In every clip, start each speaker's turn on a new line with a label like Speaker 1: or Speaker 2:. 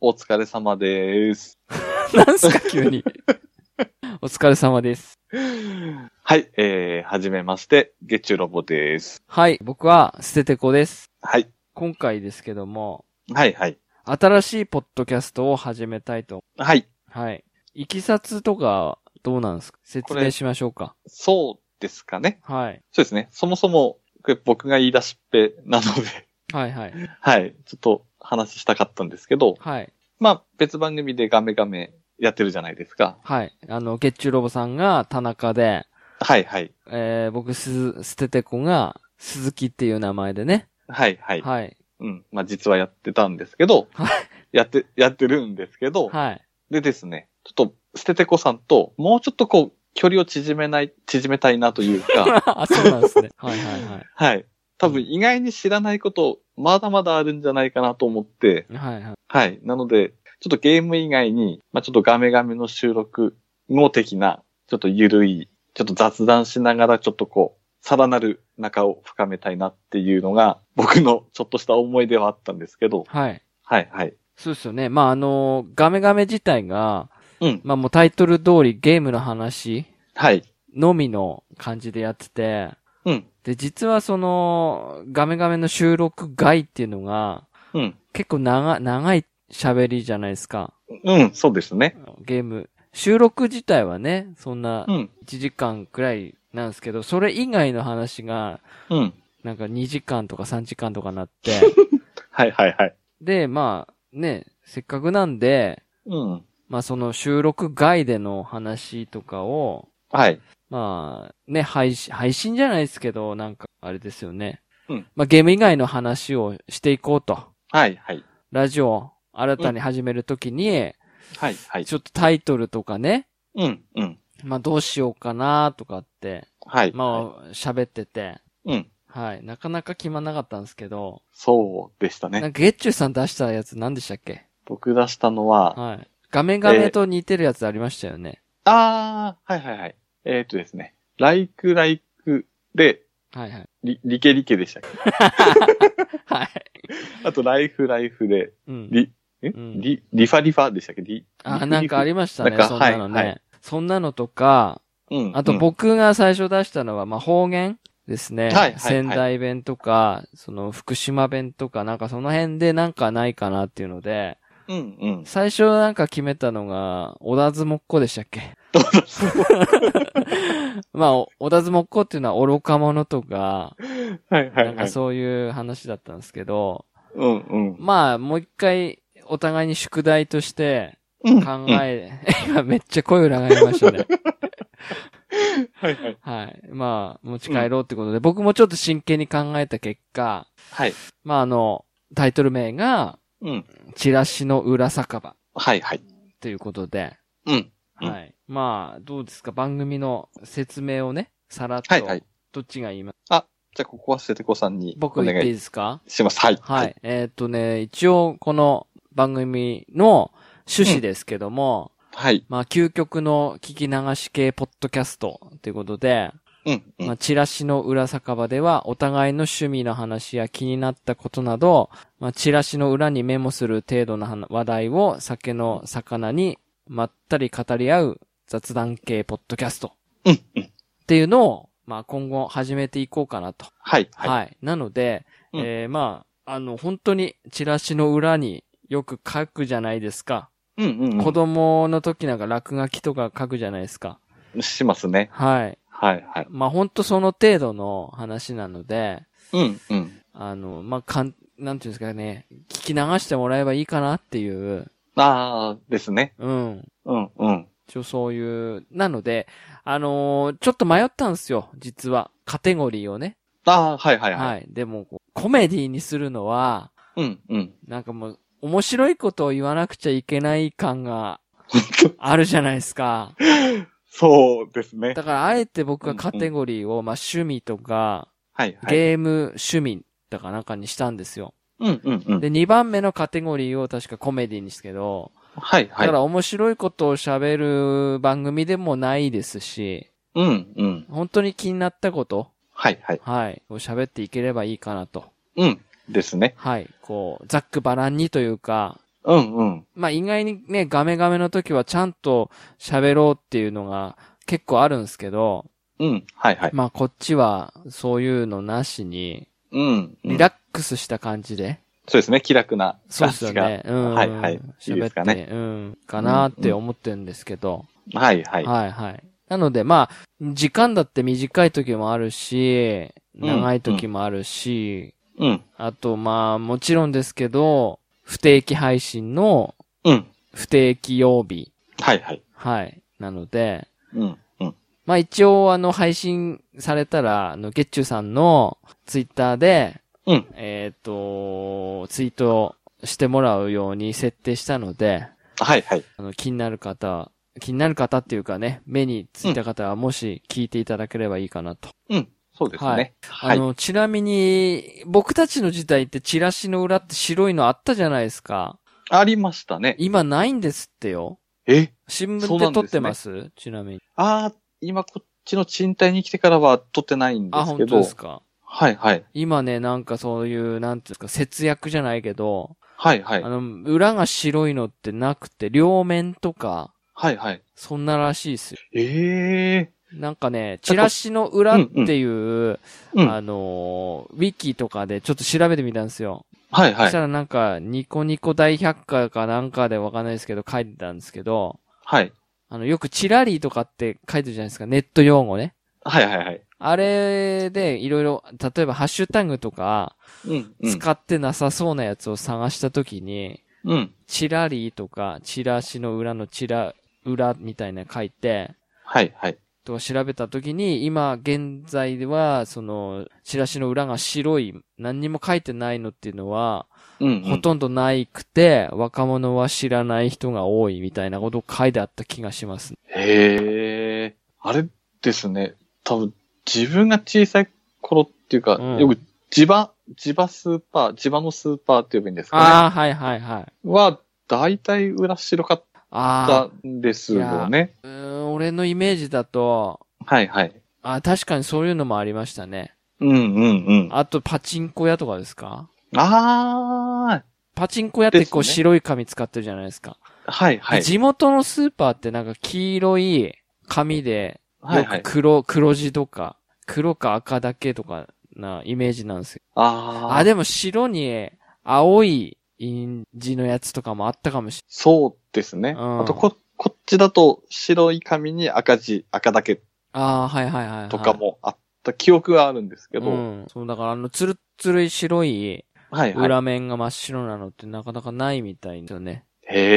Speaker 1: お疲れ様です。
Speaker 2: なんすか、急に。お疲れ様です。
Speaker 1: はい、えー、はじめまして、月中ロボです。
Speaker 2: はい、僕は、捨ててこです。
Speaker 1: はい、
Speaker 2: 今回ですけども、
Speaker 1: はい、はい。
Speaker 2: 新しいポッドキャストを始めたいと。
Speaker 1: はい、
Speaker 2: はい。いきさつとか、どうなんですか説明しましょうか。
Speaker 1: そうですかね。
Speaker 2: はい。
Speaker 1: そうですね。そもそも、これ僕が言い出しっぺなので、
Speaker 2: はいはい。
Speaker 1: はい、ちょっと話したかったんですけど、
Speaker 2: はい。
Speaker 1: まあ、別番組でガメガメやってるじゃないですか。
Speaker 2: はい。あの、月中ロボさんが田中で、
Speaker 1: はい、はい、
Speaker 2: えー、僕、す、捨ててこが、鈴木っていう名前でね。
Speaker 1: はい、はい。
Speaker 2: はい。
Speaker 1: うん。まあ、実はやってたんですけど
Speaker 2: は、
Speaker 1: やって、やってるんですけど、
Speaker 2: はい。
Speaker 1: でですね、ちょっと、捨ててこさんと、もうちょっとこう、距離を縮めない、縮めたいなというか、
Speaker 2: あ、そうなんですね。はいはいは
Speaker 1: はい。多分意外に知らないこと、まだまだあるんじゃないかなと思って、
Speaker 2: い。はいはい。
Speaker 1: はい。なので、ちょっとゲーム以外に、まあ、ちょっとガメガメの収録、脳的な、ちょっとゆるい、ちょっと雑談しながら、ちょっとこう、さらなる仲を深めたいなっていうのが、僕のちょっとした思いではあったんですけど、
Speaker 2: はい。
Speaker 1: はい、はい。
Speaker 2: そうですよね。まあ、あの、ガメガメ自体が、
Speaker 1: うん。
Speaker 2: まあ、もうタイトル通りゲームの話
Speaker 1: はい。
Speaker 2: のみの感じでやってて、
Speaker 1: うん。
Speaker 2: で、実はその、ガメガメの収録外っていうのが、
Speaker 1: うん。
Speaker 2: 結構長、長い喋りじゃないですか。
Speaker 1: うん、そうですね。
Speaker 2: ゲーム。収録自体はね、そんな
Speaker 1: うん。
Speaker 2: 1時間くらいなんですけど、それ以外の話が、
Speaker 1: うん。
Speaker 2: なんか2時間とか3時間とかなって、
Speaker 1: はい、はい、はい。
Speaker 2: で、まあ、ね、せっかくなんで、
Speaker 1: うん。
Speaker 2: まあその収録外での話とかを、
Speaker 1: はい。
Speaker 2: まあ、ね、配信、配信じゃないですけど、なんか、あれですよね。
Speaker 1: うん
Speaker 2: まあ、ゲーム以外の話をしていこうと。
Speaker 1: はい、はい。
Speaker 2: ラジオを新たに始めるときに、
Speaker 1: はい、はい。
Speaker 2: ちょっとタイトルとかね、
Speaker 1: うん、うん。
Speaker 2: まあ、どうしようかなとかって、
Speaker 1: はい。はい
Speaker 2: まあ、喋ってて、
Speaker 1: うん。
Speaker 2: はい。なかなか決まんなかったんですけど、
Speaker 1: そうでした
Speaker 2: なん
Speaker 1: ね。
Speaker 2: かゲッチュさん出したやつ何でしたっけ
Speaker 1: 僕出したのは、
Speaker 2: はい。ガメガメと似てるやつありましたよね。
Speaker 1: あー、はいはいはい。えっ、ー、とですね。like like で、
Speaker 2: はいはい。
Speaker 1: り、理系理系でしたっけ
Speaker 2: はい。
Speaker 1: あと、ライフライフで、
Speaker 2: うん。
Speaker 1: り、え、
Speaker 2: うん
Speaker 1: り、リファリファでしたっけり、リ
Speaker 2: あ、
Speaker 1: フ
Speaker 2: なんかありましたね、
Speaker 1: なんか
Speaker 2: そんなのね。
Speaker 1: はいは
Speaker 2: そんなのとか、
Speaker 1: うん。
Speaker 2: あと僕が最初出したのは、まあ、方言ですね。
Speaker 1: はいはい
Speaker 2: 仙台弁とか、その福島弁とか、なんかその辺でなんかないかなっていうので、
Speaker 1: うん、うん、うん。
Speaker 2: 最初なんか決めたのが、小田相撲っ子でしたっけ まあ、お小田相撲っ子っていうのは愚か者とか、
Speaker 1: はいは
Speaker 2: ないん
Speaker 1: は
Speaker 2: か
Speaker 1: い。
Speaker 2: そういう話だったんですけど、
Speaker 1: うん、うん。
Speaker 2: まあ、もう一回、お互いに宿題として
Speaker 1: うん
Speaker 2: 考
Speaker 1: うん
Speaker 2: え、 今めっちゃ声裏返りましたね。
Speaker 1: はいはい。
Speaker 2: はい。まあ、持ち帰ろうってことで、僕もちょっと真剣に考えた結果、
Speaker 1: はい。
Speaker 2: まああの、タイトル名が、
Speaker 1: うん。
Speaker 2: チラシの裏酒場
Speaker 1: はいはい。
Speaker 2: ということで、
Speaker 1: うん。うん
Speaker 2: はい。まあ、どうですか番組の説明をね、さらっと、
Speaker 1: はいはい。
Speaker 2: どっちが言います
Speaker 1: じゃあ、ここは捨ててこさんにお
Speaker 2: 僕言っ
Speaker 1: 願
Speaker 2: ていい
Speaker 1: い
Speaker 2: ですか
Speaker 1: します。はい。
Speaker 2: はい。。えーっとね、一応この番組の趣旨ですけども、
Speaker 1: はい。
Speaker 2: まあ、究極の聞き流し系ポッドキャストということで、
Speaker 1: うん。うん
Speaker 2: まあ、チラシの裏酒場では、お互いの趣味の話や気になったことなど、まあ、チラシの裏にメモする程度の話話題を酒の魚にまったり語り合う雑談系ポッドキャスト。
Speaker 1: うんうん
Speaker 2: っていうのを、まあ、今後始めていこうかなと。
Speaker 1: はい。
Speaker 2: はい。
Speaker 1: はい。
Speaker 2: なので、
Speaker 1: うん
Speaker 2: えー、まあ、あの、本当にチラシの裏によく書くじゃないですか。
Speaker 1: うんうん
Speaker 2: 子供の時なんか落書きとか書くじゃないですか。
Speaker 1: うん。しますね。
Speaker 2: はい。
Speaker 1: はいはい。
Speaker 2: まあ、ほんとその程度の話なので、
Speaker 1: うんうん。
Speaker 2: あの、まあ、かん、なんていうんですかね、聞き流してもらえばいいかなっていう、
Speaker 1: あー、ですね。
Speaker 2: うん。
Speaker 1: うんうん。
Speaker 2: 一応そういう、なので、あのーちょっと迷ったんですよ、実は。カテゴリーをね。
Speaker 1: あー、はいはいは。
Speaker 2: はいい。でもこう、コメディにするのは、
Speaker 1: うんうん。
Speaker 2: なんかもう、面白いことを言わなくちゃいけない感が、あるじゃないですか。
Speaker 1: そうですね。
Speaker 2: だから、あえて僕はカテゴリーを、まあ、趣味とか、
Speaker 1: はいはい。
Speaker 2: ゲーム趣味とかなんかにしたんですよ。
Speaker 1: うんうんうん。
Speaker 2: で、2番目のカテゴリーを確かコメディにしたけど、
Speaker 1: はい
Speaker 2: だ
Speaker 1: はい
Speaker 2: か。ら面白いことを喋る番組でもないですし、
Speaker 1: うんうん。
Speaker 2: 本当に気になったこと、
Speaker 1: はいはい。
Speaker 2: はい、を喋っていければいいかなと。
Speaker 1: うん。ですね。
Speaker 2: はい、こう、ざっくばらんにというか、
Speaker 1: うんうん。
Speaker 2: まあ意外にね、ガメガメの時はちゃんと喋ろうっていうのが結構あるんですけど、
Speaker 1: うん。はいはい。
Speaker 2: まあこっちはそういうのなしに、
Speaker 1: うん。
Speaker 2: リラックスした感じで、
Speaker 1: そうですね。気楽な
Speaker 2: そう
Speaker 1: 感
Speaker 2: ですよ
Speaker 1: じが。
Speaker 2: ね。うん。
Speaker 1: はいはいいいです
Speaker 2: 喋って、
Speaker 1: かね
Speaker 2: うん。かなって思ってるんですけど、
Speaker 1: はいはい。
Speaker 2: はいはい。なのでまあ、時間だって短い時もあるし、
Speaker 1: うん
Speaker 2: 長い時もあるし、
Speaker 1: うん。
Speaker 2: あとまあもちろんですけど、不定期配信の
Speaker 1: うん。
Speaker 2: 不定期曜日、
Speaker 1: はいはい。
Speaker 2: はい。なので、
Speaker 1: うん。うん。
Speaker 2: まあ一応あの配信されたら、あの、ゲッチュさんのツイッターで、
Speaker 1: うん。
Speaker 2: えっ、と、ツイートしてもらうように設定したので、
Speaker 1: はいはい。
Speaker 2: あの、気になる方、気になる方っていうかね、目についた方はもし聞いていただければいいかなと。
Speaker 1: うん。そうですね。は
Speaker 2: あ
Speaker 1: い。
Speaker 2: の、ちなみに、僕たちの時代ってチラシの裏って白いのあったじゃないですか。
Speaker 1: ありましたね。
Speaker 2: 今ないんですってよ。
Speaker 1: え
Speaker 2: 新
Speaker 1: そ
Speaker 2: 聞
Speaker 1: う
Speaker 2: で
Speaker 1: なんです
Speaker 2: 撮
Speaker 1: ね
Speaker 2: ってますちなみに。
Speaker 1: ああ、今こっちの賃貸に来てからは撮ってないんで
Speaker 2: あ、
Speaker 1: す
Speaker 2: 本
Speaker 1: け
Speaker 2: 当
Speaker 1: ど。
Speaker 2: ですか。
Speaker 1: はいはい。
Speaker 2: 今ね、なんかそういう、なんていうんですか、節約じゃないけど、
Speaker 1: はいはい
Speaker 2: あ。の、裏が白いのってなくて、両面とか、
Speaker 1: はいはい。
Speaker 2: そんならしいっすよ。
Speaker 1: ええ
Speaker 2: なんかね、チラシの裏っていう、
Speaker 1: ー。うん。
Speaker 2: あのーウィキとかでちょっと調べてみたんですよ。
Speaker 1: はいは
Speaker 2: そした
Speaker 1: い。
Speaker 2: らなんか、ニコニコ大百科かなんかでわかんないですけど、書いてたんですけど、
Speaker 1: はい。
Speaker 2: あの、よくチラリとかって書いてるじゃないですか、ネット用語ね。
Speaker 1: はいはいはい。
Speaker 2: あれで、いろいろ、例えばハッシュタグとか、
Speaker 1: うん。うん。
Speaker 2: 使ってなさそうなやつを探したときに、
Speaker 1: うん。
Speaker 2: チラリとか、チラシの裏のチラ、裏みたいなの書いて、
Speaker 1: はいはい。
Speaker 2: とか調べたときに、今現在では、その、チラシの裏が白い、何にも書いてないのっていうのは、
Speaker 1: うん、うん。
Speaker 2: ほとんどないくて、若者は知らない人が多いみたいなことを書いてあった気がします。
Speaker 1: へえ、あれですね。多分、自分が小さい頃っていうか、
Speaker 2: うん
Speaker 1: よく地場、地場スーパー、地場のスーパーって呼ぶんですか
Speaker 2: ああ、はいはいはい。
Speaker 1: ね。は、大体裏白かっ
Speaker 2: ああ
Speaker 1: た、んですよね。
Speaker 2: うーん俺のイメージだと、
Speaker 1: はいはい。
Speaker 2: あー確かにそういうのもありましたね。
Speaker 1: うんうんうん。あ
Speaker 2: あと、パチンコ屋とかですか
Speaker 1: あ
Speaker 2: パチンコ屋ってこう
Speaker 1: ですね
Speaker 2: 白い紙使ってるじゃないですか。
Speaker 1: ー、はいはい。
Speaker 2: 地元のスーパーってなんか黄色い紙で、
Speaker 1: は
Speaker 2: よ
Speaker 1: いは
Speaker 2: く
Speaker 1: い。
Speaker 2: 黒、黒字とか、黒か赤だけとかなイメージなんですよ。
Speaker 1: ああ、
Speaker 2: あ、でも白に青い印字のやつとかもあったかもし
Speaker 1: そうですね。
Speaker 2: うん
Speaker 1: あとこ、こっちだと白い紙に赤字、赤だけ
Speaker 2: れない。ああ、はいはいはい、はい。
Speaker 1: とかもあった記憶があるんですけど、
Speaker 2: うん。そう、だからあの、つるつるい白い
Speaker 1: はいはい。
Speaker 2: 裏面が真っ白なのってなかなかないみたいですよね。
Speaker 1: へ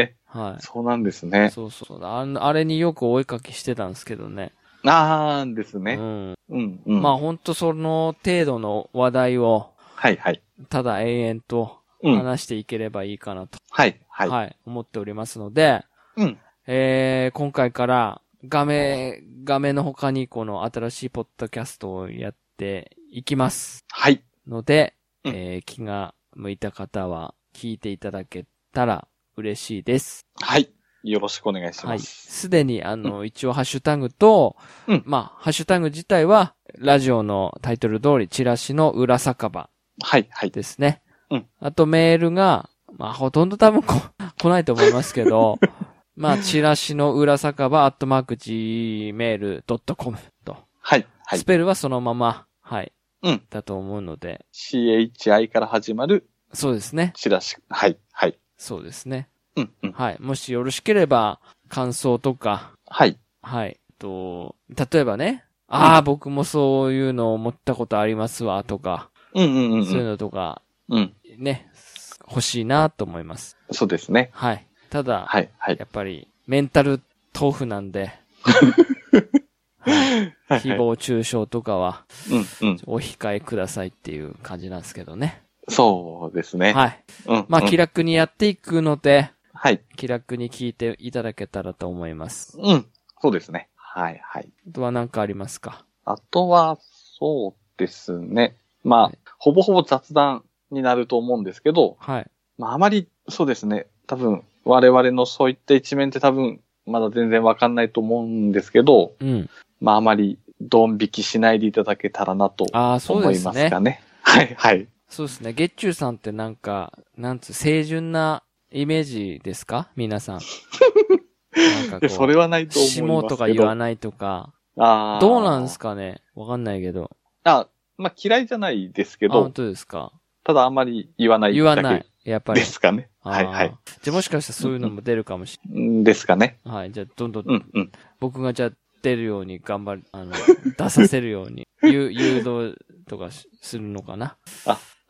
Speaker 1: え。
Speaker 2: は
Speaker 1: そうなんです
Speaker 2: い。
Speaker 1: ね。
Speaker 2: そうそうそうあの。あれによくお絵かきしてたんですけどね。
Speaker 1: なんです
Speaker 2: う
Speaker 1: ね。
Speaker 2: ん。
Speaker 1: うん、うん。
Speaker 2: まあ
Speaker 1: ま
Speaker 2: ほんとその程度の話題を、
Speaker 1: あ、はいはい。
Speaker 2: ただ永遠と
Speaker 1: うん。
Speaker 2: 話していければいいかなと、
Speaker 1: はい、はい。
Speaker 2: 思っておりますので、
Speaker 1: うん。
Speaker 2: えー、今回から画面、画面の他にこの新しいポッドキャストをやっていきます
Speaker 1: はい。
Speaker 2: ので、
Speaker 1: うん
Speaker 2: えー、気が向いた方は聞いていただけたら嬉しいです。
Speaker 1: はい。よろしくお願いし
Speaker 2: は
Speaker 1: ま
Speaker 2: い。
Speaker 1: す。
Speaker 2: すでにあの、一応ハッシュタグと、
Speaker 1: うん
Speaker 2: まあ、ハッシュタグ自体は、ラジオのタイトル通り、チラシの裏酒場
Speaker 1: はい、はい。
Speaker 2: ですね。
Speaker 1: うん
Speaker 2: あとメールが、まあほとんど多分こ 来ないと思います けど、まあチラシの裏酒場アットマーク gmail.com と。
Speaker 1: はい、はい
Speaker 2: ス。ペルはそのまま、はい。
Speaker 1: うん
Speaker 2: だと思うので、
Speaker 1: CHI から始まる
Speaker 2: そうですね。
Speaker 1: チラシ。はい、はい。
Speaker 2: そうですね。
Speaker 1: うん、うん。
Speaker 2: はい。もしよろしければ、感想とか、
Speaker 1: はい。
Speaker 2: はい。と、例えばね、ああ、僕もそういうの思ったことありますわ、とか、
Speaker 1: うん、うん、うん。
Speaker 2: そうういうんのとか、
Speaker 1: うん。
Speaker 2: ね、欲しいなと思います。
Speaker 1: そうですね。
Speaker 2: はい。ただ、
Speaker 1: はい、はい。
Speaker 2: やっぱり、メンタル豆腐なんで、
Speaker 1: はい
Speaker 2: 誹
Speaker 1: はい
Speaker 2: 謗中傷とかは、
Speaker 1: うん、うん。
Speaker 2: お控えくださいっていう感じなんですけどね。
Speaker 1: そうですね。
Speaker 2: はい。
Speaker 1: うん。
Speaker 2: まあ、
Speaker 1: うん
Speaker 2: 気楽にやっていくので、
Speaker 1: はい。
Speaker 2: 気楽に聞いていただけたらと思います。
Speaker 1: うん。そうですね。はい、はい。
Speaker 2: あとは何かありますか
Speaker 1: あとは、そうですね。ま
Speaker 2: は
Speaker 1: あ、ほぼほぼ雑談になると思うんですけど、
Speaker 2: はい。
Speaker 1: まあ、あまり、そうですね。多分、我々のそういった一面って多分、まだ全然わかんないと思うんですけど、
Speaker 2: うん。
Speaker 1: まあ、あまり、ドン引きしないでいただけたらなと
Speaker 2: ああ、そう
Speaker 1: 思
Speaker 2: で
Speaker 1: い
Speaker 2: す
Speaker 1: ます
Speaker 2: ね
Speaker 1: か。ね。はい、はい。
Speaker 2: そうですね。月中さんってなんか、なんつう、清純なイメージですか皆さん。なんか
Speaker 1: いや、 それはないと思いますけど。
Speaker 2: 下とか言わないとか。
Speaker 1: ああ。
Speaker 2: どうなんです
Speaker 1: か
Speaker 2: かねわかんないけど。
Speaker 1: あ、まあ嫌いじゃないですけ
Speaker 2: あ、本
Speaker 1: ど、
Speaker 2: 当ですか
Speaker 1: ただあんまり言わない
Speaker 2: 言わな
Speaker 1: だ
Speaker 2: い。やっぱ
Speaker 1: け
Speaker 2: り
Speaker 1: で。すかね。
Speaker 2: あ
Speaker 1: はい
Speaker 2: ー
Speaker 1: はい。
Speaker 2: じゃあもしかしたらそういうのも出るかもしれ
Speaker 1: うんですかね。
Speaker 2: ない。はい。じゃあどんどん、
Speaker 1: うんうん。
Speaker 2: 僕がじゃあ出るように頑張る、あの、出させるよ うに、ゆ誘導とかしするのかな。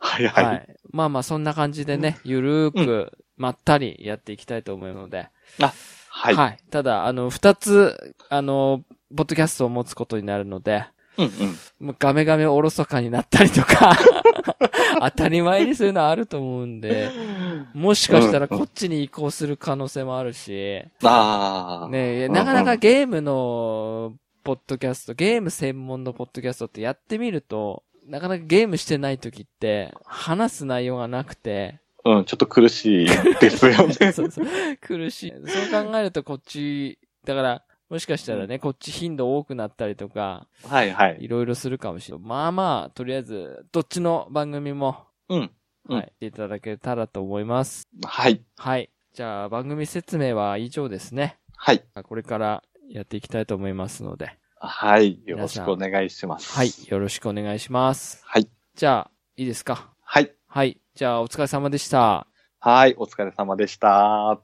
Speaker 1: はいは。
Speaker 2: はいい。まあまあそんな感じでね、ゆるーく、まったりやっていきたいと思うので。
Speaker 1: はい。
Speaker 2: ただ、あの、二つ、あの、ポッドキャストを持つことになるので、
Speaker 1: うんうん。
Speaker 2: もうガメガメおろそかになったり とか、当たり前にそういうのあると思うんで、もしかしたらこっちに移行する可能性もあるし、
Speaker 1: ああ。
Speaker 2: ねえ、
Speaker 1: うん
Speaker 2: なかなかゲームの、ポッドキャスト、ゲーム専門のポッドキャストってやってみると、なかなかゲームしてない時って、話す内容がなく て、
Speaker 1: うん、ちょっと苦しいですよね。
Speaker 2: そうそう。苦しい。そう考えるとこっち、だから、もしかしたらね、こっち頻度多くなったりとか、
Speaker 1: はいはい。
Speaker 2: いろいろするかもしれない。まあまあ、とりあえず、どっちの番組も、
Speaker 1: うん。うん
Speaker 2: はい、やっていただけたらと思います。
Speaker 1: はい。
Speaker 2: はい。じゃあ、番組説明は以上ですね。
Speaker 1: はい。
Speaker 2: これからやっていきたいと思いますので、
Speaker 1: はい。よろしくお願いします。
Speaker 2: はい。。よろしくお願いします。
Speaker 1: はい。
Speaker 2: じゃあ、いいですか
Speaker 1: はい。
Speaker 2: はい。じゃあ、お疲れ様でした。
Speaker 1: はい。お疲れ様でした。